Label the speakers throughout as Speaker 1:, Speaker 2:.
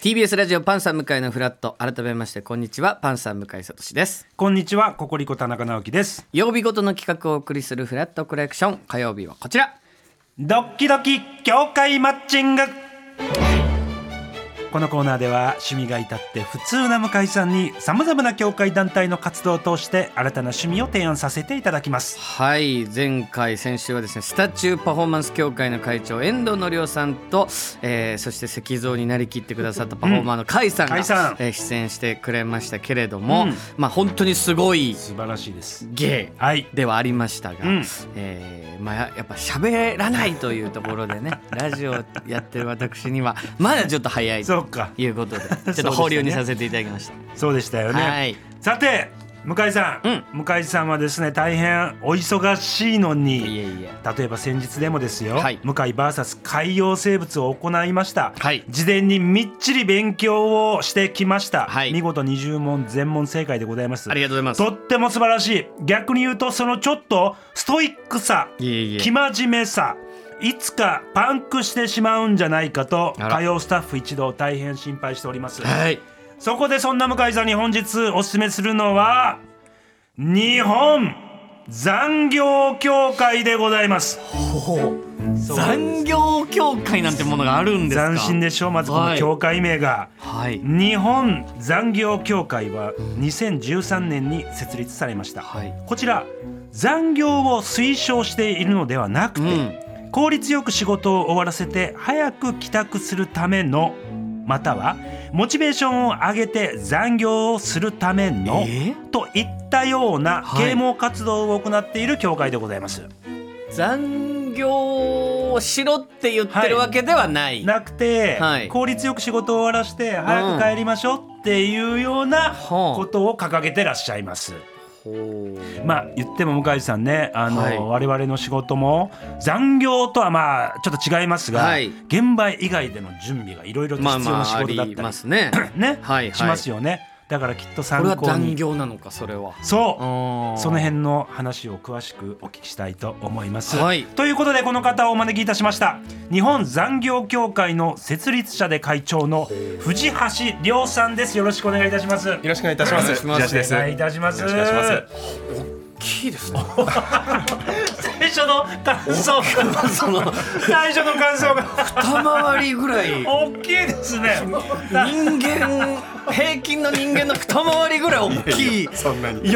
Speaker 1: TBS ラジオパンサー向井のフラット改めましてこんにちはパンサー向井聡です
Speaker 2: こんにちは、ココリコ田中直樹です。
Speaker 1: 曜日ごとの企画をお送りするフラットコレクション火曜日はこちら
Speaker 2: ドッキドキ協会マッチング。このコーナーでは趣味が至って普通な向井さんにさまざまな協会団体の活動を通して新たな趣味を提案させていただきます
Speaker 1: はい前回先週はですねスタチューパフォーマンス協会の会長遠藤則夫さんと、えーそして石像になりきってくださったパフォーマーの甲斐さんが、
Speaker 2: 甲斐さん
Speaker 1: えー出演してくれましたけれども、
Speaker 2: うん
Speaker 1: まあ本当にすごい
Speaker 2: 素晴らしいです
Speaker 1: 芸
Speaker 2: はい
Speaker 1: ではありましたが、
Speaker 2: うん
Speaker 1: えーまあ、ややっぱ喋らないというところでねラジオやってる私にはまだちょっと早いと
Speaker 2: そうか
Speaker 1: いうことでちょっと保留にさせていただきました。
Speaker 2: そうでしたよね、
Speaker 1: はい
Speaker 2: さて向井さん、向井さんはですね大変お忙しいの
Speaker 1: いえ
Speaker 2: に
Speaker 1: いえ
Speaker 2: 例えば先日でもですよ、
Speaker 1: はい
Speaker 2: 向井 VS 海洋生物を行いました、
Speaker 1: はい
Speaker 2: 事前にみっちり勉強をしてきました、
Speaker 1: はい
Speaker 2: 見事20問全問正解でございます
Speaker 1: ありがとうございます
Speaker 2: とっても素晴らしい逆に言うとそのちょっとストイックさ
Speaker 1: いえいえ
Speaker 2: 生真面目さいつかパンクしてしまうんじゃないかと
Speaker 1: あら
Speaker 2: 火曜スタッフ一同大変心配しております、
Speaker 1: はい
Speaker 2: そこでそんな向井さんに本日おすすめするのは日本残業協会でございます
Speaker 1: 残業協会なんてものがあるんですか
Speaker 2: 斬新でしょうまずこ
Speaker 1: は
Speaker 2: の
Speaker 1: い
Speaker 2: 協会名が、
Speaker 1: はい
Speaker 2: 日本残業協会は2013年に設立されました、
Speaker 1: はい
Speaker 2: こちら残業を推奨しているのではなくて、
Speaker 1: うん
Speaker 2: 効率よく仕事を終わらせて早く帰宅するためのまたはモチベーションを上げて残業をするための、
Speaker 1: え
Speaker 2: といったような
Speaker 1: はい
Speaker 2: 啓蒙活動を行っている協会でございます。
Speaker 1: 残業をしろって言ってるわけではない、
Speaker 2: なくて、
Speaker 1: はい
Speaker 2: 効率よく仕事を終わらして早く帰りましょうっていうよう
Speaker 1: は
Speaker 2: な
Speaker 1: あ
Speaker 2: ことを掲げてらっしゃいます。
Speaker 1: ほう
Speaker 2: まあ言っても向井さんねあの、
Speaker 1: はい
Speaker 2: 我々の仕事も残業とはまあちょっと違いますが、
Speaker 1: はい
Speaker 2: 現場以外での準備がいろいろと
Speaker 1: まあ
Speaker 2: 必要
Speaker 1: ま
Speaker 2: な仕
Speaker 1: ああ
Speaker 2: 事だっ
Speaker 1: り
Speaker 2: たり
Speaker 1: ますね
Speaker 2: ね、
Speaker 1: はいはい
Speaker 2: しますよねだからきっと
Speaker 1: こ
Speaker 2: 参
Speaker 1: れは
Speaker 2: 考
Speaker 1: 残
Speaker 2: に
Speaker 1: 業なのかそれは
Speaker 2: そうそ
Speaker 1: そ
Speaker 2: の辺の話を詳しくお聞きしたいと思います。
Speaker 1: はい
Speaker 2: ということでこの方をお招きいたしました日本残業協会の設立者で会長の藤橋亮さんです。よろしくお願いいたします。よ
Speaker 3: よろしくお願いいたします。
Speaker 1: お願いします
Speaker 3: ジャッジです。
Speaker 2: お願いいたします。
Speaker 3: よろしくお願いし
Speaker 1: キーですね
Speaker 2: 最初の感想が
Speaker 1: その
Speaker 2: 最初の感想が
Speaker 1: 二回りぐらい
Speaker 2: 大きいですね。
Speaker 1: 人間平均の人間の二回りぐらい大きいいや
Speaker 3: そんなに。
Speaker 1: え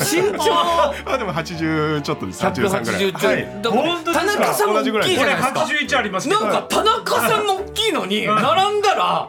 Speaker 1: 身 長
Speaker 3: あでも80ちょっとです。83ぐらい。
Speaker 1: 180ちょい、だから
Speaker 2: 本当で
Speaker 1: 田
Speaker 2: すか
Speaker 1: 中さんも大きいじゃ
Speaker 2: こ
Speaker 1: な
Speaker 2: れ
Speaker 1: いですか
Speaker 2: 八十一ありますけ
Speaker 1: な
Speaker 2: ど。
Speaker 1: んか田中さんも大きいのに並んだら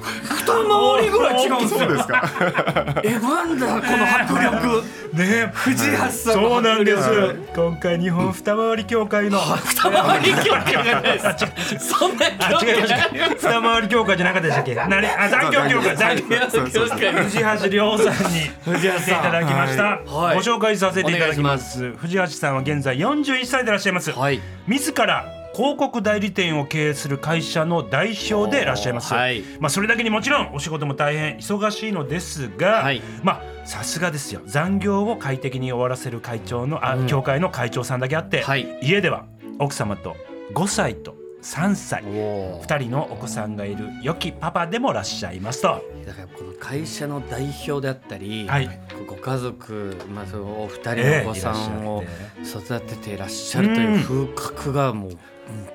Speaker 1: 二回りぐらい違うんです
Speaker 3: そう
Speaker 1: よ
Speaker 3: ですか。
Speaker 1: えなんだこの迫力
Speaker 2: ね
Speaker 1: 藤橋さん
Speaker 2: そ
Speaker 1: の
Speaker 2: うなん
Speaker 1: 迫
Speaker 2: で
Speaker 1: 力
Speaker 2: す。今回日本二回り協会の
Speaker 1: 二回り強化じゃないですそんな
Speaker 2: あ
Speaker 1: 強化じ
Speaker 2: 違いま
Speaker 1: ゃ
Speaker 2: した
Speaker 1: ない
Speaker 2: 二回り協会じゃなかったでしたっけ？何？あ残業協会残業。
Speaker 1: 強化
Speaker 2: 藤橋亮さんに藤橋さんいただきました、
Speaker 1: はい
Speaker 2: ご紹介させていただきます藤橋さんは現在41歳でいらっしゃいます、
Speaker 1: はい
Speaker 2: 自ら広告代理店を経営する会社の代表でいらっしゃいます、
Speaker 1: はい
Speaker 2: まあそれだけにもちろんお仕事も大変忙しいのですが、
Speaker 1: はい
Speaker 2: まあさすがですよ残業を快適に終わらせる会長のあ、協会の会長さんだけあって、
Speaker 1: はい
Speaker 2: 家では奥様と5歳と3歳
Speaker 1: おー
Speaker 2: 2人のお子さんがいる良きパパでもいらっしゃいますと。
Speaker 1: だからこの会社の代表であったり、
Speaker 2: はい
Speaker 1: ご家族、まあ、そのお二人
Speaker 2: ええ
Speaker 1: のお子さんを
Speaker 2: いらっし
Speaker 1: 育てていらっしゃるという風格がもう。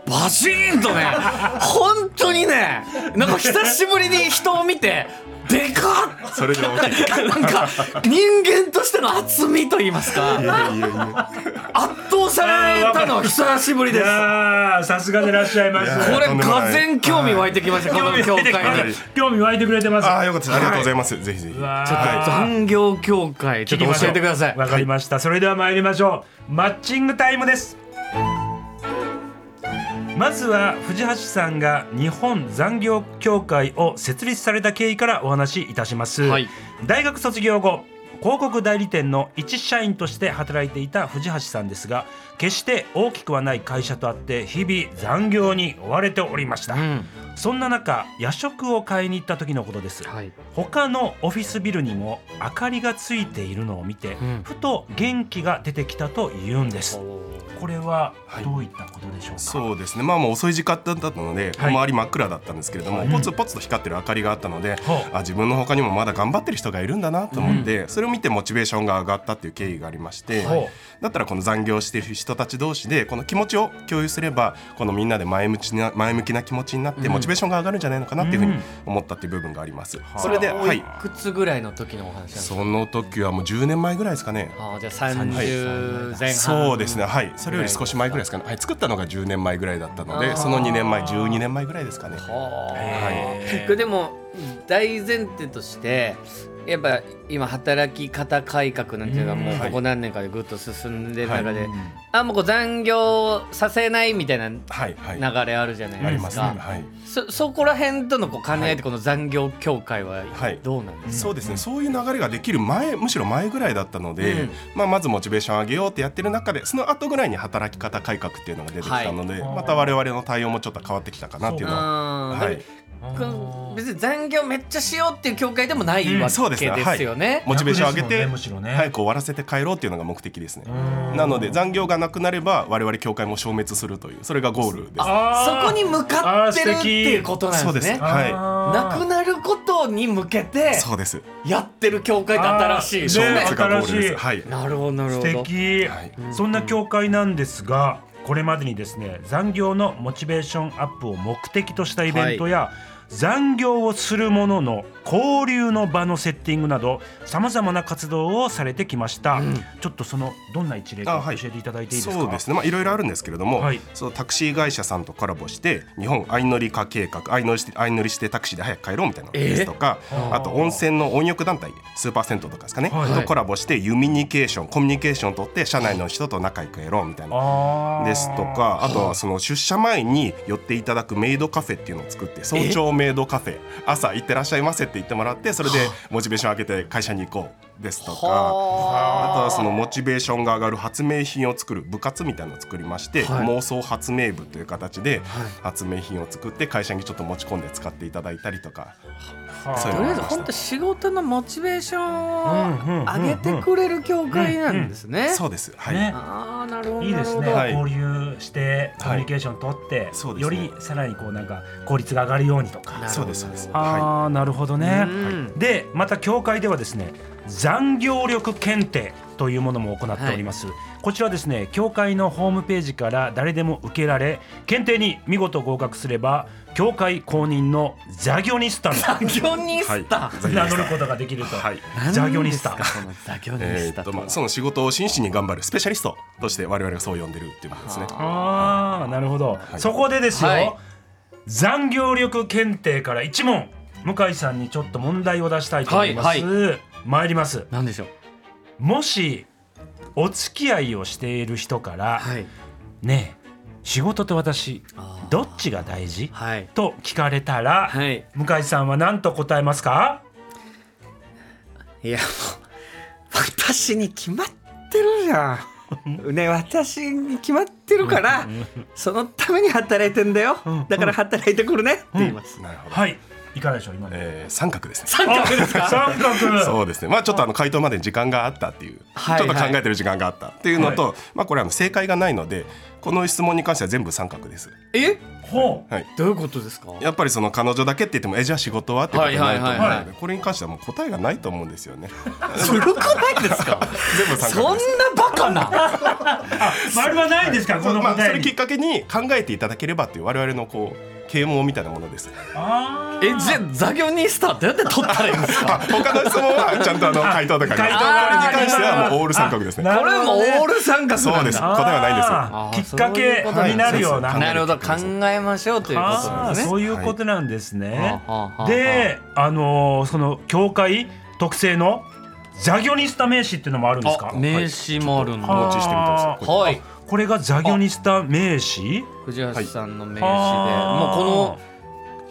Speaker 1: バシーンと ね本当にねなんか久しぶりに人を見てでかっ
Speaker 3: それでも大きい。い
Speaker 1: なんか人間としての厚みと言いますか
Speaker 3: やいやいや。
Speaker 1: 圧倒されたの久しぶり
Speaker 2: い
Speaker 1: です
Speaker 2: やーさすがでいらっしゃいます。
Speaker 1: こ
Speaker 3: や
Speaker 1: れが然興味湧いてきましたこの協会に
Speaker 3: に
Speaker 2: 興味湧いてくれてます。
Speaker 3: ああよかったです。ありがとうござい
Speaker 2: ま
Speaker 3: ます。ぜひぜひ。
Speaker 2: わー
Speaker 1: ちょっと残業協会ちょっと教えてください
Speaker 2: わかりました。それでは参りましょう。マッチングタイムです。まずは藤橋さんが日本残業協会を設立された経緯からお話しいたします、
Speaker 1: はい
Speaker 2: 大学卒業後広告代理店の一社員として働いていた藤橋さんですが決して大きくはない会社とあって日々残業に追われておりました、
Speaker 1: うん
Speaker 2: そんな中夜食を買いに行った時のことです、
Speaker 1: はい
Speaker 2: 他のオフィスビルにも明かりがついているのを見て、
Speaker 1: うん
Speaker 2: ふと元気が出てきたと言うんですこれはどういったことでしょうか、
Speaker 3: そうですねまあもう遅い時間だったので、
Speaker 2: はい
Speaker 3: 周り真っ暗だったんですけれども、
Speaker 2: はい
Speaker 3: ポツポツと光ってる明かりがあったので、
Speaker 2: はあ
Speaker 3: あ自分の他にもまだ頑張ってる人がいるんだなと思って、それを見てモチベーションが上がったっていう経緯がありまして、
Speaker 2: はい
Speaker 3: だったらこの残業してる人たち同士でこの気持ちを共有すればこのみんなで前向ちな前向きな気持ちになってモチベーションが上がるんじゃないのかなっていうふうに思ったっていう部分があります。それで、
Speaker 1: お
Speaker 3: はい
Speaker 1: いくつぐらいの時のお話なんですか
Speaker 3: その時はもう10年前ぐらいですかね。
Speaker 1: あーじゃあ30前半
Speaker 3: そうですね、はい、それより少し前ぐらいですかね、はい、作ったのが10年前ぐらいだったの
Speaker 1: あー
Speaker 3: で、その2年前、12年前ぐらいですかね。
Speaker 1: はあ、これでも大前提としてやっぱ今働き方改革なんていうのはもうここ何年かでぐっと進んでる中で、
Speaker 3: は
Speaker 1: あもうこう残業させないみたいな流
Speaker 3: はい、はい、
Speaker 1: れあるじゃな
Speaker 3: あ
Speaker 1: い
Speaker 3: り
Speaker 1: で
Speaker 3: ますす
Speaker 1: か、
Speaker 3: ね。はい。
Speaker 1: そそこら辺とのこう兼ね合いってこの残業協会は
Speaker 3: はい
Speaker 1: どうなんです
Speaker 3: そうですね、そういう流れができる前むしろ前ぐらいだったので、
Speaker 1: うん
Speaker 3: まあ、まずモチベーション上げようってやってる中でその後ぐらいに働き方改革っていうのが出てきたので、
Speaker 2: はい
Speaker 3: また我々の対応もちょっと変わってきたかなっていうのは、
Speaker 1: か、
Speaker 3: は
Speaker 1: はいい、この別に残業めっちゃしようっていう協会でもないわ
Speaker 3: そう
Speaker 1: け
Speaker 3: で
Speaker 1: ですす
Speaker 3: ね
Speaker 1: よね。
Speaker 3: モチベーション上げて、
Speaker 2: 逆ですもんねむしろね
Speaker 3: 早く終わらせて帰ろうっていうのが目的ですね。なので残業がなくなれば我々協会も消滅するというそれがゴールです。
Speaker 1: そこに向かってるっていうことな
Speaker 3: そ
Speaker 1: ん
Speaker 3: う
Speaker 1: で
Speaker 3: ですす。
Speaker 1: ね。
Speaker 3: は
Speaker 1: なく
Speaker 2: っ
Speaker 1: なることに向けて
Speaker 3: い。そうです。
Speaker 1: やってる協会って新しい
Speaker 2: ね
Speaker 3: 消
Speaker 1: よね
Speaker 3: 滅がゴールで
Speaker 2: 新しい
Speaker 3: す。はい。
Speaker 1: なるほどなる
Speaker 2: 素
Speaker 1: ほど。
Speaker 2: 敵、
Speaker 3: はい
Speaker 2: そんな教会なんですがこれまでにですね残業のモチベーションアップを目的としたイベントや、残業をする者の交流の場のセッティングなどさまざまな活動をされてきました、ちょっとそのどんな一例
Speaker 3: あ
Speaker 2: か
Speaker 3: はい
Speaker 2: 教えていただいていいですか
Speaker 3: そうですね、まあ、いろいろあるんですけれども、
Speaker 2: はい
Speaker 3: そのタクシー会社さんとコラボして日本相乗り化計画相乗りして相乗りしてタクシーで早く帰ろうみたいなのですとか、あと温泉の温浴団体スーパー銭湯とかですかね、
Speaker 2: はい
Speaker 3: とコラボしてユミニケーションコミュニケーションを取って社内の人と仲良くやろうみたいな。
Speaker 2: あー
Speaker 3: ですとかあとはその出社前に寄っていただくメイドカフェっていうのを作って早朝メイドカフェ朝行ってらっしゃいませって言ってもらってそれでモチベーション上げて会社に行こうですとか
Speaker 1: は
Speaker 3: あとはそのモチベーションが上がる発明品を作る部活みたいなのを作りまして、
Speaker 1: はい
Speaker 3: 妄想発明部という形で発明品を作って会社にちょっと持ち込んで使っていただいたりとか、
Speaker 2: はあ
Speaker 3: そう
Speaker 1: あ
Speaker 3: いう
Speaker 1: とりあえず本当仕事のモチベーションを上げてくれる協会なんですね。
Speaker 3: そうですはい、
Speaker 2: ね
Speaker 1: ああなるほど
Speaker 2: いい
Speaker 1: な
Speaker 2: で
Speaker 1: る
Speaker 2: す
Speaker 1: ほ
Speaker 2: ね、
Speaker 1: ど。
Speaker 3: はい
Speaker 2: 交流してコミュニケーション取って、
Speaker 3: そうです
Speaker 2: よ
Speaker 3: ね
Speaker 2: りさらにこうなんか効率が上がるようにとか
Speaker 1: なるほど
Speaker 3: そうですそうですは
Speaker 2: ああなるほどね、
Speaker 1: うん
Speaker 2: でまた協会ではですね残業力検定というものも行っております、こちらですね協会のホームページから誰でも受けられ検定に見事合格すれば協会公認のザギョニスタ
Speaker 1: ザギ
Speaker 2: に
Speaker 1: ョニスタ。
Speaker 3: ザギョニスタ
Speaker 2: 名乗ることができると、
Speaker 3: はい
Speaker 2: ザギョニスタ
Speaker 1: 何ですかこのザギョニ
Speaker 3: え
Speaker 1: ス
Speaker 3: ー
Speaker 1: タ
Speaker 3: っ
Speaker 1: と
Speaker 3: と
Speaker 1: は。
Speaker 3: まあその仕事を真摯に頑張るスペシャリストとして我々がそう呼んでるっていうことですね
Speaker 1: は
Speaker 2: ああなるほど、
Speaker 3: い
Speaker 2: そこでですよ、
Speaker 1: はい
Speaker 2: 残業力検定から1問向井さんにちょっと問題を出したいと思います、
Speaker 1: はい
Speaker 2: 参ります
Speaker 1: なんでしょう。
Speaker 2: もしお付き合いをしている人から、
Speaker 1: はい
Speaker 2: ねえ仕事と私
Speaker 1: あー
Speaker 2: どっちが大事
Speaker 1: はい
Speaker 2: と聞かれたら、
Speaker 1: はい。
Speaker 2: 向井さんは何と答えますか
Speaker 1: いやもう私に決まってるじゃん。ね私に決まってるからそのために働いてんだよ
Speaker 2: ん
Speaker 1: だから働いてくるねって言います。
Speaker 3: なるほど、
Speaker 2: はいいかがでしょう今の
Speaker 3: えー三角ですね
Speaker 1: 三角ですか
Speaker 2: 三角
Speaker 3: そうですねまあちょっとあの回答までに時間があったっていう、
Speaker 1: はい
Speaker 3: ちょっと考えてる時間があったっていうのと、まあこれはあの正解がないのでこの質問に関しては全部三角です
Speaker 1: え
Speaker 2: ほう
Speaker 3: はい
Speaker 1: どういうことですか
Speaker 3: やっぱりその彼女だけって言ってもえじゃあ仕事はってことになると思うので、
Speaker 1: はいはいはい
Speaker 3: これに関してはもう答えがないと思うんですよね
Speaker 1: 古くないですか
Speaker 3: 全部参
Speaker 1: そん
Speaker 3: 加
Speaker 1: な
Speaker 3: です
Speaker 1: バカな
Speaker 2: 丸はないですか、こ
Speaker 3: そ,、
Speaker 2: の
Speaker 3: まあ、
Speaker 2: 答
Speaker 3: そ
Speaker 2: え
Speaker 3: れ
Speaker 2: に、
Speaker 3: きっかけに考えていただければっていう我々のこう啓蒙みたいなもの です
Speaker 2: あー
Speaker 1: えじゃあザギョニスターどうやって取ったらいいんですか
Speaker 3: あ他の質問はちゃんとあの回答とか
Speaker 2: 回答
Speaker 1: あ
Speaker 3: これに関してはもうオール三角ですね
Speaker 2: あな
Speaker 1: これもオール三角
Speaker 3: そ
Speaker 1: な
Speaker 3: うんです
Speaker 1: だ
Speaker 3: 答えはないですよ
Speaker 2: あー
Speaker 1: あー
Speaker 2: きっかけ
Speaker 1: そういうこと
Speaker 2: になるような、
Speaker 3: はいそうで
Speaker 1: な
Speaker 3: す
Speaker 1: るほど考えましょうということで
Speaker 2: あー
Speaker 1: すね
Speaker 2: そういうことなんですね。
Speaker 1: はあはあはあ
Speaker 2: で、あのーその教会特製のザギョニスタ名詞っていうのもあるんですか
Speaker 1: あ。名刺もあるんだ
Speaker 3: お持ちしてみて
Speaker 2: あ
Speaker 3: ま
Speaker 2: ー
Speaker 3: す
Speaker 1: はい
Speaker 2: これがザギョニスタ名詞。
Speaker 1: 藤橋さんの名刺で、
Speaker 2: はい
Speaker 1: もうこの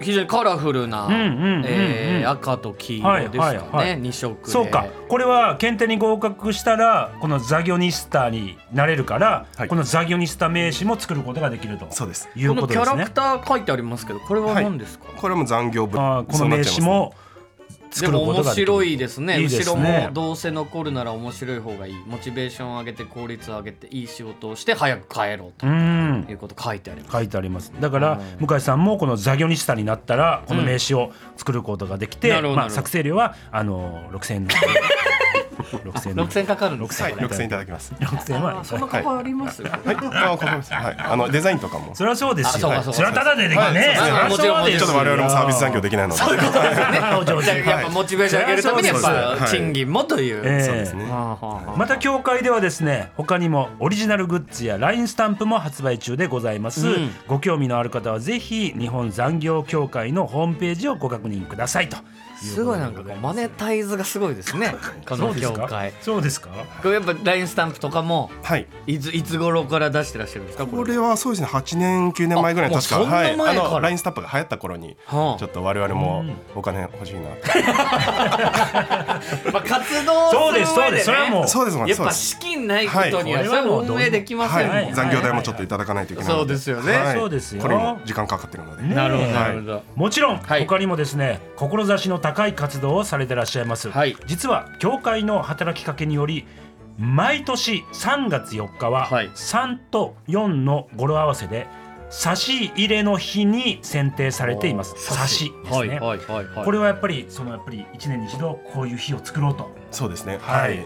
Speaker 1: 非常にカラフルな、
Speaker 2: んうんうんうん
Speaker 1: えー赤と黄色ですかね、
Speaker 2: はいはいはい
Speaker 1: 2色で
Speaker 2: そうかこれは検定に合格したらこのザギョニスタになれるから、
Speaker 3: はい
Speaker 2: このザギョニスタ名刺も作ることができると
Speaker 3: そうです
Speaker 2: いう
Speaker 1: こ
Speaker 2: こ
Speaker 1: の
Speaker 2: と
Speaker 1: キ
Speaker 2: で
Speaker 1: ャ
Speaker 2: す
Speaker 1: ラ
Speaker 2: ね
Speaker 1: ク。ター書いてありますけどこれは何ですか、
Speaker 3: これも残業部
Speaker 2: あーこの名刺も
Speaker 1: で
Speaker 2: 作る
Speaker 1: も
Speaker 2: こと
Speaker 1: 面
Speaker 2: ができる
Speaker 1: 白いですね
Speaker 2: いいですね
Speaker 1: 後ろもどうせ残るなら面白い方がいいモチベーションを上げて効率を上げていい仕事をして早く帰ろうと
Speaker 2: うん
Speaker 1: いうこと書いてあります
Speaker 2: 書いてありますだから
Speaker 1: う
Speaker 2: 向井さんもこのザギョニスタになったらこの名刺を作ることができて、
Speaker 1: なるほど
Speaker 2: ま
Speaker 1: な
Speaker 2: あ、
Speaker 1: るほど
Speaker 2: 作成料はあの6000円の 6000円の
Speaker 1: 6000かかるんです
Speaker 3: は
Speaker 1: か
Speaker 3: い
Speaker 1: これ
Speaker 3: 6000いただきますはい
Speaker 2: 6000円は
Speaker 1: あそんな関わります、
Speaker 3: あわかりましたはいあのデザインとかも
Speaker 2: それはそうですよ
Speaker 1: あそうかそうか
Speaker 2: それはただでできるね、
Speaker 3: はいそうですね
Speaker 2: そりゃそうですよ
Speaker 3: ちょっと我々もサービス残業できないので
Speaker 2: お上手
Speaker 1: じゃあやっぱモチベーション上げるためにやっ
Speaker 3: はい
Speaker 1: ぱ
Speaker 3: はい
Speaker 1: 賃金もという、
Speaker 2: ええ
Speaker 3: そうですね
Speaker 1: はあはあはあ
Speaker 2: また協会ではですね他にもオリジナルグッズや LINE スタンプも発売中でございます、
Speaker 1: うん
Speaker 2: ご興味のある方はぜひ日本残業協会のホームページをご確認くださいと
Speaker 1: すごいなんかこうマネタイズがすごいですねこ
Speaker 2: そう
Speaker 1: の
Speaker 2: で
Speaker 1: 業
Speaker 2: すか
Speaker 1: 界
Speaker 2: そうですか
Speaker 1: これやっぱ LINE スタンプとかも
Speaker 3: はい
Speaker 1: いついつ頃から出してらっしゃるんですか
Speaker 3: こ
Speaker 1: これ
Speaker 3: れはそうですね8年9年前ぐらいに確か
Speaker 1: あもうそんな前
Speaker 3: はい、あ
Speaker 1: から
Speaker 3: の LINE スタンプが流行った頃に、
Speaker 1: はあ
Speaker 3: ちょっと我々もお金欲しいな って、
Speaker 1: まあ活動する
Speaker 2: そうですそう
Speaker 1: 上
Speaker 2: で
Speaker 1: です
Speaker 2: それはもう
Speaker 1: ね
Speaker 3: そうですもん
Speaker 1: やっ
Speaker 3: そう
Speaker 1: ぱ
Speaker 3: です
Speaker 1: 資金ないことには
Speaker 2: はい
Speaker 1: それは運営できませんもん
Speaker 2: は
Speaker 1: ね、
Speaker 2: い
Speaker 3: 残業代もちょっといただかないといけないの
Speaker 1: そうですよね
Speaker 3: はい
Speaker 2: そうですよ
Speaker 3: これも時間かかってるので、
Speaker 2: ね
Speaker 1: なるほど
Speaker 2: はい
Speaker 1: なるほど
Speaker 2: もちろん、
Speaker 1: はい
Speaker 2: 他にもですね志の高い活動をされてらっしゃいます、
Speaker 1: はい
Speaker 2: 実は協会の働きかけにより毎年3月4日は
Speaker 1: はい
Speaker 2: 3と4の語呂合わせで差し入れの日に選定されています差しですね、
Speaker 1: はいはいはいはい
Speaker 2: これはやっぱりそのやっぱり一年に一度こういう日を作ろうと。
Speaker 3: そうですね
Speaker 2: は
Speaker 3: はいい、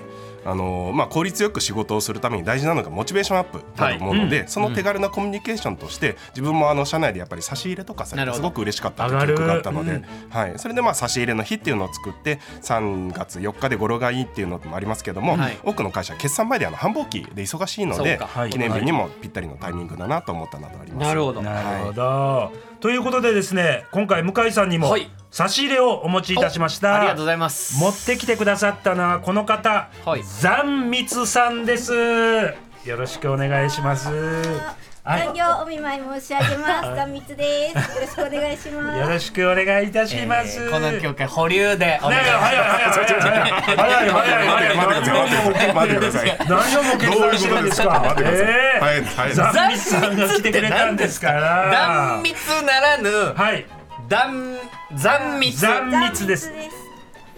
Speaker 3: あのーまあ、効率よく仕事をするために大事なのがモチベーションアップだと思うので、
Speaker 1: はいうん
Speaker 3: その手軽なコミュニケーションとして自分もあの社内でやっぱり差し入れとかされ
Speaker 1: なる
Speaker 3: て
Speaker 1: ほ
Speaker 3: す
Speaker 1: ど
Speaker 3: ごく嬉しかった
Speaker 2: 上が
Speaker 3: 記
Speaker 2: る
Speaker 3: 憶があったので、
Speaker 2: うん
Speaker 3: はい、それでまあ差し入れの日っていうのを作って3月4日で語呂がいいっていうのもありますけども、
Speaker 1: はい
Speaker 3: 多くの会社決算前であの繁忙期で忙しいの
Speaker 1: そう
Speaker 3: で
Speaker 1: か
Speaker 2: はい
Speaker 3: 記念日にもぴったりのタイミングだなと思ったなどあります。
Speaker 1: なるほど
Speaker 2: なるほど、ということでですね今回向井さんにも
Speaker 1: はい
Speaker 2: 差し入れをお持ちいたしました。
Speaker 1: ありがとうございます
Speaker 2: 持ってきてくださったのはこの方、
Speaker 1: はい
Speaker 2: ざんみつさんです。よろしくお願いします。あ
Speaker 4: 残業お見舞い申し上げます。三密です。よろしくお願いします。
Speaker 2: よろしくお願いいたします。
Speaker 1: えーこの教会保留でお願
Speaker 2: ね
Speaker 1: いし
Speaker 2: え
Speaker 1: ます
Speaker 2: 早い早い早い早い早い早い早い
Speaker 3: 待って待って待ってく ださい。
Speaker 2: 何をもう決断してるんですか。
Speaker 3: どういうことですか
Speaker 2: ええ
Speaker 3: はいはい
Speaker 2: ザンミスさんが来てくれたんですから。
Speaker 1: 断密ならぬ
Speaker 2: はい。
Speaker 1: 断残密
Speaker 2: 残密です
Speaker 4: 三密です。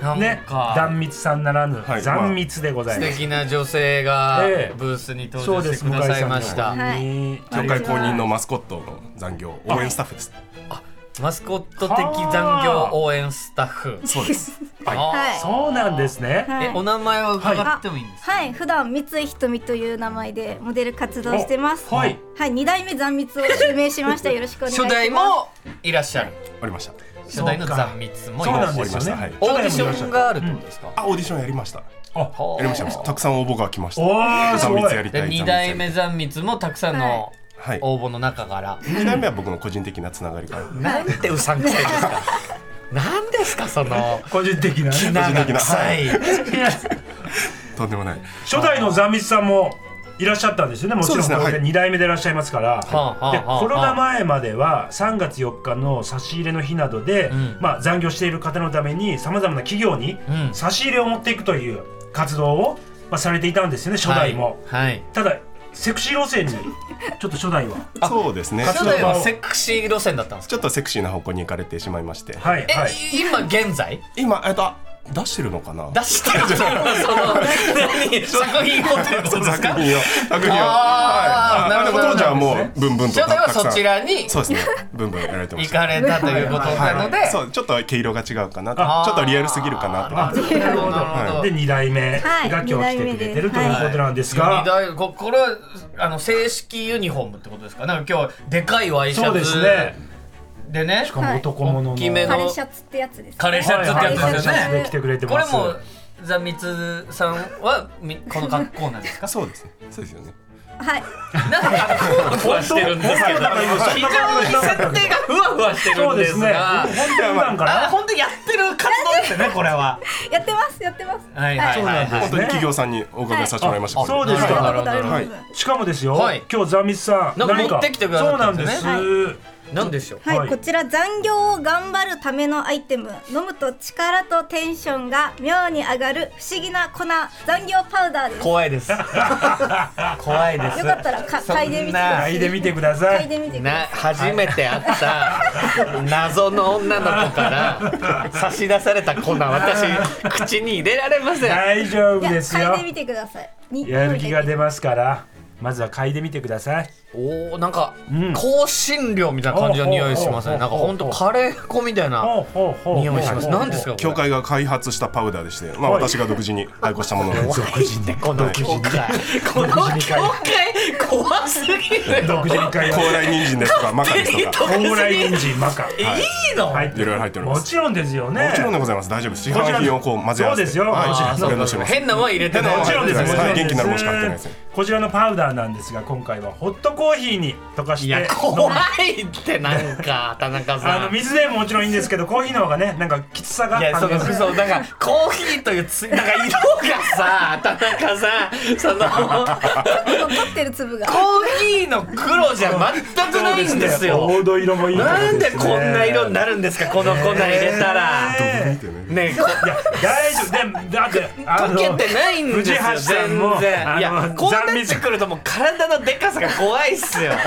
Speaker 1: なん
Speaker 2: ね。
Speaker 1: か
Speaker 2: 断密さんならぬ
Speaker 3: はい
Speaker 2: 残密でござい
Speaker 1: 素
Speaker 2: ます。
Speaker 1: 敵な女性が
Speaker 2: ええ
Speaker 1: ブースに
Speaker 2: そう
Speaker 1: 登場
Speaker 2: で
Speaker 1: して
Speaker 2: す
Speaker 1: く
Speaker 2: 向井
Speaker 1: ださい
Speaker 2: さん
Speaker 1: ました
Speaker 4: は
Speaker 2: に
Speaker 3: 協会公認のマスコットの残業応援スタッフです。
Speaker 1: マスコット的残業応援スタッフ
Speaker 3: そうです。
Speaker 1: あ
Speaker 4: はい。
Speaker 2: そうなんですね。
Speaker 4: は
Speaker 1: えお
Speaker 4: い。
Speaker 1: 名前を伺ってもいいんですか
Speaker 4: はい、普段三井ひとみという名前でモデル活動してます。
Speaker 2: おはい。
Speaker 4: はい、二代目残密を襲名しました。よろしくお願いしま
Speaker 1: 初
Speaker 4: す。
Speaker 1: 代もいらっしゃる
Speaker 3: ありました。
Speaker 1: 初代の残密もい
Speaker 2: そう
Speaker 1: ら
Speaker 2: な
Speaker 1: っ
Speaker 2: ん
Speaker 1: しゃ
Speaker 2: で
Speaker 1: る
Speaker 2: すよね。
Speaker 1: オーディションがあるってことですか
Speaker 3: あオーディションやりました。
Speaker 2: あ、
Speaker 3: やりました。たくさん応募が来ました。
Speaker 2: おーす
Speaker 3: 三
Speaker 2: ごい
Speaker 3: 密やりた
Speaker 1: で
Speaker 3: い。
Speaker 1: 2代目残密もたくさんの
Speaker 3: はい。
Speaker 1: 応募の中から
Speaker 3: 二代目は僕の個人的なつながりから。個
Speaker 1: なんてうさんくさいですか なんですかその
Speaker 2: 個人的なね。
Speaker 1: 気
Speaker 3: 人
Speaker 1: 長
Speaker 3: 的な。
Speaker 1: 臭い。
Speaker 3: とんでもない。
Speaker 2: 初代のザミスさんもいらっしゃったんですよねもちろん
Speaker 3: そうですねはい
Speaker 2: 2代目でいらっしゃいますから、
Speaker 1: はあはあ
Speaker 2: で
Speaker 1: はあ
Speaker 2: コロナ前までは3月4日の差し入れの日などで、
Speaker 1: ん
Speaker 2: まあ、残業している方のためにさまざまな企業に
Speaker 1: うん
Speaker 2: 差し入れを持っていくという活動を、まあ、されていたんですよね初代も、
Speaker 1: はい
Speaker 2: ただセクシー路線にちょっと初代は
Speaker 3: そうですね。
Speaker 1: 初代はセクシー路線だったんですか
Speaker 3: ちょっとセクシーな方向に行かれてしまいまして。
Speaker 2: はい
Speaker 1: え、
Speaker 2: はい
Speaker 1: い今現在
Speaker 3: 今えっとあ出してるのかな。
Speaker 1: 出してるその何作品をということです
Speaker 3: 作
Speaker 1: か
Speaker 3: 品を作品を。
Speaker 1: あー
Speaker 3: はい。
Speaker 1: なる
Speaker 3: あで
Speaker 1: ほ
Speaker 3: も
Speaker 1: ど
Speaker 3: 当時はもうブンブンと
Speaker 1: 初代は
Speaker 3: たくさ
Speaker 1: そ
Speaker 3: ん
Speaker 1: ちらに
Speaker 3: そうですね。ブンブンやられてま
Speaker 1: 行
Speaker 3: した。
Speaker 1: かれたということなので
Speaker 3: そうちょっと毛色が違うかなと
Speaker 1: あー
Speaker 3: ちょっとリアルすぎるかなと
Speaker 2: あ
Speaker 3: か
Speaker 2: なるほど
Speaker 1: なるほど
Speaker 2: で2代目
Speaker 4: はい
Speaker 2: が今日来てくれてるということなんですが、
Speaker 1: 二代ここれはあの正式ユニフォームってことですかなんか今日でかいワイシ
Speaker 2: そう
Speaker 1: ャ
Speaker 2: です
Speaker 1: ツ
Speaker 2: ね
Speaker 1: でね
Speaker 2: しかも男物の、
Speaker 1: 大きめの
Speaker 4: カレーシャツってやつです、ね。
Speaker 1: カレーシャツってやつですよね
Speaker 2: はいはいカレーシャツで来てくれて
Speaker 1: こ
Speaker 2: ま
Speaker 1: れ
Speaker 2: す
Speaker 1: もザミツさんはみこの格好なんですか
Speaker 3: そうですねそうですよね
Speaker 4: はい。
Speaker 1: なんかふわふわしてるんですけど
Speaker 2: 本当本
Speaker 1: 非
Speaker 2: 当
Speaker 1: 常
Speaker 2: だ
Speaker 1: に設定がふわふわしてる
Speaker 2: そうんで
Speaker 1: ですす
Speaker 2: ね
Speaker 1: が
Speaker 2: 本当普段か
Speaker 1: あ
Speaker 2: ら
Speaker 1: 本当にやってる活動ですねこれは
Speaker 4: やってます。やってます。
Speaker 1: はいはいはいはい
Speaker 3: 本当に企業さんにお伺いさせてもらいましたけど
Speaker 2: そうです
Speaker 1: な
Speaker 2: か
Speaker 1: るほどなるほど
Speaker 4: はい
Speaker 2: しかもですよ、
Speaker 1: はい
Speaker 2: 今日ザミスさん
Speaker 1: なんか持ってきてくださったん
Speaker 2: 何
Speaker 1: ですよね
Speaker 2: そうなんです、
Speaker 1: なんでしょう
Speaker 4: はい、
Speaker 2: はい
Speaker 4: こちら残業を頑張るためのアイテム飲むと力とテンションが妙に上がる不思議な粉残業パウダーですよ
Speaker 5: 怖いです 怖いです
Speaker 4: かったらか
Speaker 5: そんな
Speaker 4: 嗅いでみてくださ
Speaker 2: 嗅いでみてください
Speaker 4: 嗅いでみてくだ
Speaker 1: な
Speaker 4: さい
Speaker 1: 初めて会 った謎の女の子から差し出された粉私口に入れられません
Speaker 2: 大丈夫
Speaker 4: いや
Speaker 2: ですよ
Speaker 4: 嗅いでみてくださいに
Speaker 2: やる気が出ますからまずは嗅いでみてください
Speaker 1: おーなんか、
Speaker 2: うん
Speaker 1: 香辛料みたいな感じの匂いしますねなんかほんとカレー粉みたいな
Speaker 2: ほうほうほう
Speaker 1: 匂いします何ですか
Speaker 3: 協
Speaker 1: こ
Speaker 3: 会が開発したパウダーでして、まあ、
Speaker 2: はい
Speaker 3: 私が独自に配合したものなんです
Speaker 1: れ怖いってこの教会この教会怖すぎる
Speaker 2: 独自に嗅い
Speaker 3: 高
Speaker 2: だ
Speaker 3: 麗人 参ですとかマカリスとか
Speaker 1: 高
Speaker 2: 高麗人参マカ
Speaker 1: えいいの、
Speaker 2: 入って
Speaker 3: いろいろ入っております
Speaker 2: もちろんですよね
Speaker 3: もちろんでございます大丈夫です市
Speaker 2: こちら
Speaker 3: 販品をこう混ぜ合わせて
Speaker 2: そうですよ
Speaker 3: はい
Speaker 2: こちら
Speaker 1: あそ
Speaker 2: の
Speaker 3: それ
Speaker 1: う
Speaker 3: の
Speaker 1: そ
Speaker 3: し
Speaker 1: う
Speaker 3: ます
Speaker 1: 変なもんは入れて
Speaker 3: 変
Speaker 1: な
Speaker 3: な
Speaker 1: い
Speaker 3: も
Speaker 2: もちろんですもちろん
Speaker 3: は
Speaker 2: です
Speaker 3: い元気になるものしか入ってないですね
Speaker 2: こちらのパウダーなんですが今回はホットコーヒーに溶かして
Speaker 1: いや怖いってなんか 田中
Speaker 2: あ
Speaker 1: さ
Speaker 2: の
Speaker 1: ん
Speaker 2: 水でももちろんいいんですけどコーヒーの方がねなんかきつさが
Speaker 1: いやそう
Speaker 2: あの
Speaker 1: そうそうだからコーヒーというつなんか色が さ田中さんその
Speaker 4: この取ってる粒 が
Speaker 1: コーヒーの黒じゃ全くないんですよ
Speaker 2: 黄土色もいいところ
Speaker 1: なんです
Speaker 2: ね
Speaker 1: こんな色になるんですかこの粉入れたら
Speaker 2: ね
Speaker 1: ねえこ
Speaker 2: いや大丈夫でだってあ
Speaker 1: 溶
Speaker 2: の
Speaker 1: けてないんですよ
Speaker 2: 藤橋さんも
Speaker 1: 全
Speaker 2: あ
Speaker 1: 然
Speaker 2: の
Speaker 1: いやこうなっ
Speaker 2: 残念
Speaker 1: てくるともう体のでかさが怖いっす よな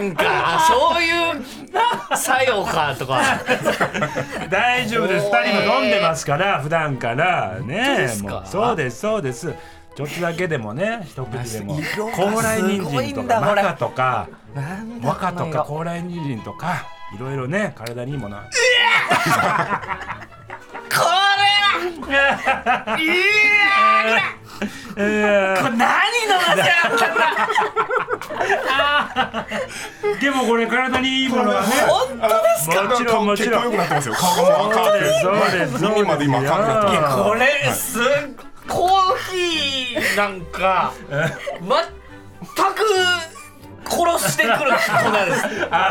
Speaker 1: んかあそういう作用かとか
Speaker 2: 大丈夫です
Speaker 1: おー
Speaker 2: 二人も飲んでますから普段から
Speaker 1: 当で
Speaker 2: ね
Speaker 1: すか
Speaker 2: もうそうですそうですちょっとだけでもね一口でも
Speaker 1: 色が
Speaker 2: 高麗人
Speaker 1: すごい
Speaker 2: 参と
Speaker 1: んだ
Speaker 2: か
Speaker 1: ほ
Speaker 2: マ
Speaker 1: ら
Speaker 2: カとか
Speaker 1: なんだ
Speaker 2: マカとか
Speaker 1: こ
Speaker 2: 高麗人参とかいろいろね体にいいもの
Speaker 1: れはいや
Speaker 2: えー
Speaker 1: これ何飲ませやがったんだ
Speaker 2: でもこれ体にいいものはね
Speaker 1: 本当です
Speaker 2: もちろんもちろん
Speaker 3: 顔血行良くなってますよ顔がもう赤くて
Speaker 2: そうですそうです
Speaker 3: 耳まで今赤くなってます
Speaker 1: かこれすっコーヒーなんか全く殺してくる粉
Speaker 2: あ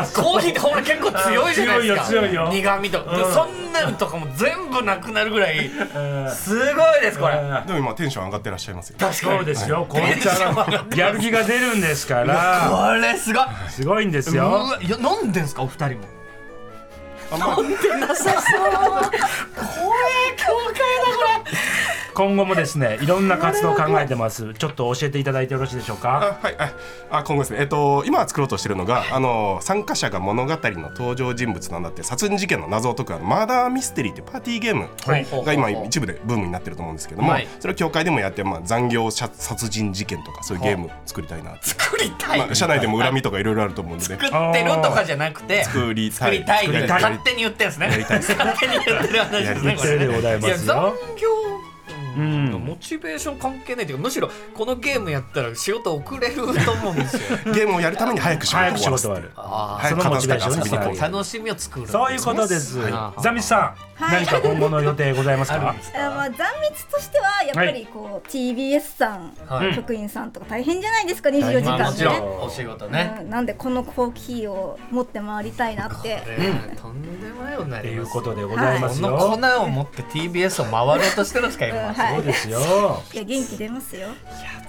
Speaker 1: です
Speaker 2: そう
Speaker 1: コーヒーってほら結構強いじゃないですか
Speaker 2: 強いよ強いよ
Speaker 1: 苦味とか、
Speaker 2: うん
Speaker 1: そんなのとかも全部なくなるぐらい
Speaker 2: うん
Speaker 1: すごいですこれ、
Speaker 2: うん
Speaker 3: でも今テンション上がってらっしゃいますよ
Speaker 1: 確か
Speaker 2: そ
Speaker 1: に
Speaker 2: うですよ
Speaker 1: テン
Speaker 2: 紅
Speaker 1: シ
Speaker 2: 茶
Speaker 1: ョン上がっ
Speaker 2: のやる気が出るんですか
Speaker 1: いや
Speaker 2: ら
Speaker 1: これすごい
Speaker 2: すごいんです
Speaker 1: う
Speaker 2: よ
Speaker 1: わいや飲んでんすかお二人も
Speaker 3: あんまり
Speaker 1: 怖え教会だ これ
Speaker 2: 今後もですねいろんな活動を考えてますちょっと教えていただいてよろしいでしょうか
Speaker 3: あはいはいあ今後ですねえっと今作ろうとしてるのがあの参加者が物語の登場人物なんだって殺人事件の謎を解くあのマーダーミステリーっていうパーティーゲーム
Speaker 1: はい
Speaker 3: が今
Speaker 1: ほうほうほう
Speaker 3: 一部でブームになってると思うんですけども、
Speaker 1: はい
Speaker 3: それを協会でもやって、まあ、残業者殺人事件とかそういうゲーム作りたいなって
Speaker 1: 作りたい、
Speaker 3: まあ、社内でも恨みとかいろいろあると思うんで
Speaker 1: 作ってるとかじゃなくて
Speaker 3: 作りた
Speaker 1: 作
Speaker 3: い
Speaker 1: りたい
Speaker 3: 作りたい
Speaker 1: 勝手に言ってんですね 勝手に言ってる話ですねこ
Speaker 2: 失
Speaker 1: れ
Speaker 2: 礼
Speaker 1: ね
Speaker 2: でございま
Speaker 1: いや
Speaker 2: す
Speaker 1: 残
Speaker 2: よ
Speaker 1: 業
Speaker 2: う
Speaker 1: うん
Speaker 2: ん
Speaker 1: モチベーション関係ないというかむしろこのゲームやったら仕事遅れると思うんですよ
Speaker 3: ゲームをやるために早く仕事
Speaker 2: 早く仕
Speaker 3: 終わ
Speaker 2: 事終
Speaker 3: らせて
Speaker 2: わる
Speaker 1: あ
Speaker 3: 早く片付けて遊びに行こ
Speaker 1: あ
Speaker 3: う
Speaker 2: その
Speaker 1: 楽しみを作る
Speaker 2: そういうことです
Speaker 1: は
Speaker 2: ザミスさん
Speaker 4: はい
Speaker 2: 何か今後の予定ございます
Speaker 1: ある
Speaker 2: か
Speaker 1: んです
Speaker 4: あま
Speaker 1: か
Speaker 4: あ残密としてはやっぱりこう TBS さん、
Speaker 1: はい
Speaker 4: 局員さんとか大変じゃないですか24時
Speaker 1: まあ
Speaker 4: 間
Speaker 1: も
Speaker 4: で
Speaker 1: ち
Speaker 4: ね
Speaker 1: ろ、んお仕事ね
Speaker 4: うん、なんでこのコーヒーを持って回りたいなって
Speaker 1: これはとんでもないことにな
Speaker 2: って
Speaker 1: り
Speaker 2: い
Speaker 1: ま
Speaker 2: う
Speaker 1: す
Speaker 2: ことでございます
Speaker 1: こ
Speaker 2: よ
Speaker 1: の粉を持って TBS を回ろうとしてるんですか
Speaker 4: うん
Speaker 1: 今
Speaker 4: はい
Speaker 2: そうですよ
Speaker 4: いや元気出ますよ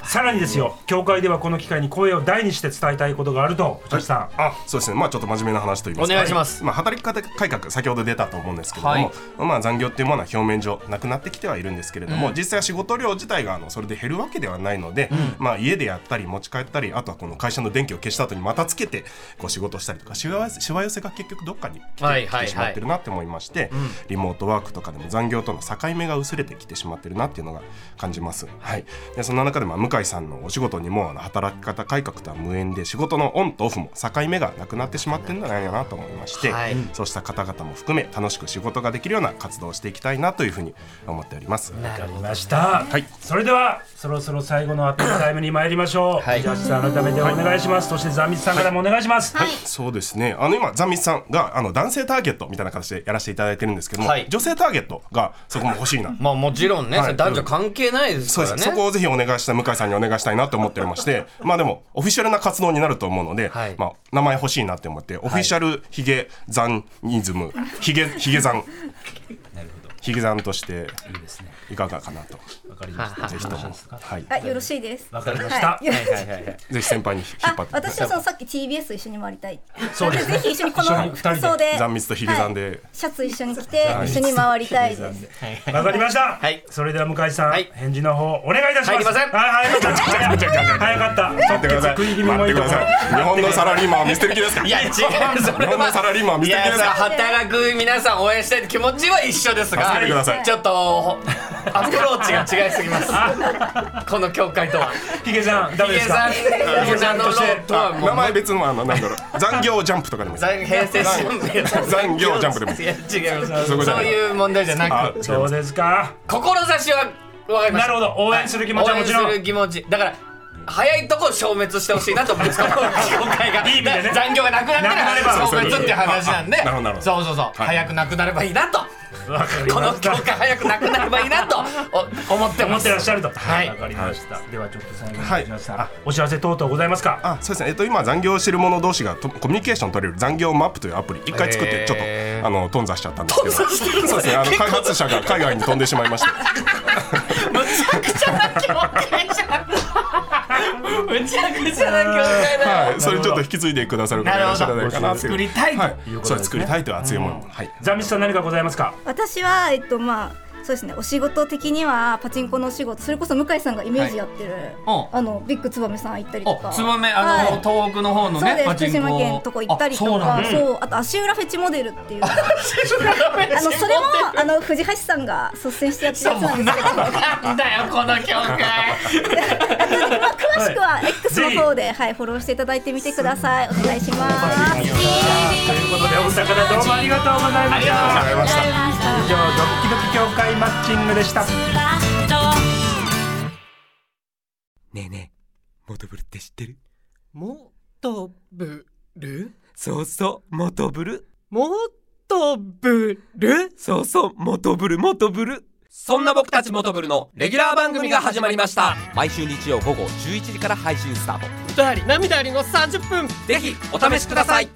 Speaker 2: さらにですよ協会ではこの機会に声を大にして伝えたいことがあると藤橋さん
Speaker 3: あそうですねまあちょっと真面目な話と言いますか
Speaker 1: お願いします
Speaker 3: まあ、働き方改革先ほど出たと思うんですけれども、
Speaker 1: はい
Speaker 3: まあ、残業っていうものは表面上なくなってきてはいるんですけれども、実際は仕事量自体があのそれで減るわけではないので、まあ、家でやったり持ち帰ったりあとはこの会社の電気を消した後にまたつけてこう仕事したりとかしわしわ寄せが結局どっかに来て,、
Speaker 1: はいはいはい
Speaker 3: しまってるなって思いまして、リモートワークとかでも残業との境目が薄れてきてしまってるなっていうのが感じます。はい、でそんな中で、まあ、向井さんのお仕事にもあの働き方改革とは無縁で仕事のオンとオフも境目がなくなってしまってるんじゃないかなと思いまして、
Speaker 1: はい
Speaker 3: そうした方々も含め楽しく仕事ができるような活動をしていきたいなというふうに思っております。
Speaker 1: なる
Speaker 2: あり
Speaker 1: ほど
Speaker 2: ました、
Speaker 3: はい
Speaker 2: それではそろそろ最後のアピールタイムに参りましょう、
Speaker 1: はい
Speaker 2: 藤橋さん改めてお願いします、そしてザミスさんからもお願いします、
Speaker 4: はい、
Speaker 3: そうですねあの今ザミスさんがあの男性ターゲットみたいな形でやらせていただいてるんですけども、
Speaker 1: はい
Speaker 3: 女性ターゲットがそこも欲しいな
Speaker 1: まあもちろんね、
Speaker 3: はい
Speaker 1: それ男女関係ないです
Speaker 3: そう
Speaker 1: か
Speaker 3: で
Speaker 1: ら
Speaker 3: す、
Speaker 1: ね
Speaker 3: そこをぜひお願いした向井さんにお願いしたいなと思っておりま して、まあでも、オフィシャルな活動になると思うので、
Speaker 1: はい
Speaker 3: まあ、名前欲しいなって思って、オフィシャルヒゲザンニズム、ヒゲ、ヒゲザン。ヒゲザンとして、いかがかなと。
Speaker 2: かりました。
Speaker 1: は
Speaker 3: ぜひと
Speaker 2: どうしたん
Speaker 3: も
Speaker 2: ですか。
Speaker 3: はい
Speaker 4: あ、よろしいです。
Speaker 2: わかりました
Speaker 4: はいよろしい
Speaker 1: いはいはい
Speaker 3: ぜひ先輩に引っ張
Speaker 4: あ
Speaker 3: っ、て
Speaker 4: 私はそのさっき TBS 一緒に回りたい。
Speaker 2: そうですね
Speaker 4: ぜひ一緒にこ
Speaker 2: 一緒
Speaker 4: の
Speaker 2: に二人で
Speaker 4: 服装で
Speaker 3: 残密とヒゲ残で
Speaker 4: シャツ一緒に着て一緒に回りたいです。
Speaker 1: はい
Speaker 2: わかりました。
Speaker 1: はい
Speaker 2: それでは向井さん、
Speaker 1: はい
Speaker 2: 返事の方お願いいたします。
Speaker 1: 入りません
Speaker 2: はい、入りません。早かった。
Speaker 3: 待ってください
Speaker 2: 食い気味もいい
Speaker 3: 待ってください日本のサラリーマンは見捨てる気ですか
Speaker 1: いや違うそ
Speaker 3: 日
Speaker 1: れ
Speaker 3: 本のサラ
Speaker 1: は
Speaker 3: リーマンはい見捨て
Speaker 1: や
Speaker 3: る気です
Speaker 1: さ
Speaker 3: か
Speaker 1: 働く皆さん応援したいって気持ちは一緒ですが
Speaker 3: 助けてください
Speaker 1: ちょっとほアプローチが違いすぎますこの協会とは
Speaker 2: ヒゲさん、ダメですか。
Speaker 1: ヒゲさんヒゲさんのローとはもう
Speaker 3: 名前別のあのなんだろう残業ジャンプとかでもいいです
Speaker 1: 残平成新聞
Speaker 3: 残業ジャンプでも
Speaker 1: いや違う
Speaker 3: そこじゃ
Speaker 1: そう
Speaker 3: ない
Speaker 1: いう問題じゃな
Speaker 3: あ
Speaker 1: く
Speaker 3: 違い
Speaker 2: そう
Speaker 3: ます
Speaker 2: ですか。
Speaker 1: 志はわかりま
Speaker 2: な
Speaker 1: す
Speaker 2: るほど、応援する気持ちはもちろん。
Speaker 1: 応援する気持ちだから早いとこ消滅してほしいなと思うんです この業界が
Speaker 2: いい意味でね
Speaker 1: だから残業がなくなったら
Speaker 2: なくなれば
Speaker 1: 消滅っていう話なんで
Speaker 3: そういうことあなるほどなるほど
Speaker 1: そうそうそう、
Speaker 3: はい
Speaker 1: 早くなくなればいいなと
Speaker 2: わかり
Speaker 1: この
Speaker 2: まし
Speaker 1: 業界
Speaker 2: た。
Speaker 1: 早くなくなればいいなとお思って
Speaker 2: 思
Speaker 1: ま
Speaker 2: っ
Speaker 1: す
Speaker 2: てらっしゃると。
Speaker 1: はい
Speaker 2: わかりました。ではちょっと最後に
Speaker 3: はい
Speaker 2: 皆さん、お知らせ等々ございますか。
Speaker 3: あそうですね、えっと、今残業してる者同士がとコミュニケーション取れる残業マップというアプリ一回作ってちょっと、
Speaker 1: へー
Speaker 3: あの頓挫しちゃったんですけど
Speaker 1: 頓挫してるんですね
Speaker 3: そうですねあの
Speaker 1: 結構
Speaker 3: 開発者が海外に飛んでしまいました
Speaker 1: むちゃくちゃな業界じゃんむちゃくちゃな業界だよ、
Speaker 3: はい、それちょっと引き継いでくださる方がいらっしゃらないかなっていう
Speaker 1: なるほど作りたいと
Speaker 3: は
Speaker 2: いうことですね
Speaker 3: そう作りたいという熱い思いも、はい
Speaker 2: ザミスさん何かございますか。
Speaker 4: 私はえっとまあそうですねお仕事的にはパチンコのお仕事それこそ向井さんがイメージやってる、
Speaker 1: はいうん
Speaker 4: あのビッグツバメさん行ったりと
Speaker 1: お
Speaker 4: か
Speaker 1: つばめあの、
Speaker 4: はい
Speaker 1: 東北の方の
Speaker 4: そう
Speaker 1: ね
Speaker 4: です
Speaker 1: パチ
Speaker 4: 福
Speaker 1: ンコ
Speaker 4: 島県とこ行ったりと
Speaker 1: あそうな
Speaker 4: か
Speaker 1: んだ
Speaker 4: そうあと足裏フェチモデルってい うあのそれもあの藤橋さんが率先してやってるやつなんですけど
Speaker 1: なんだよこの業界
Speaker 4: まあ詳しくは X の方で、はい、フォローしていただいてみてくださいお願いしますありがとう
Speaker 2: ということでお二方どうもありがとうござい
Speaker 1: あ
Speaker 2: まし
Speaker 1: りがとうございました
Speaker 2: た。
Speaker 4: ございました
Speaker 2: 以上ドッキドキ協会マッチングでした。
Speaker 6: ねえねえ、モトブルって知ってる
Speaker 7: もとぶる
Speaker 6: そうそう、モトブル。
Speaker 7: もとぶる
Speaker 6: そうそう、モトブル、モトブル。
Speaker 7: そんな僕たちモトブルのレギュラー番組が始まりました
Speaker 6: 毎週日曜午後11時から配信スタート。
Speaker 7: 歌あり涙ありの30分
Speaker 6: ぜひ、お
Speaker 7: お試しください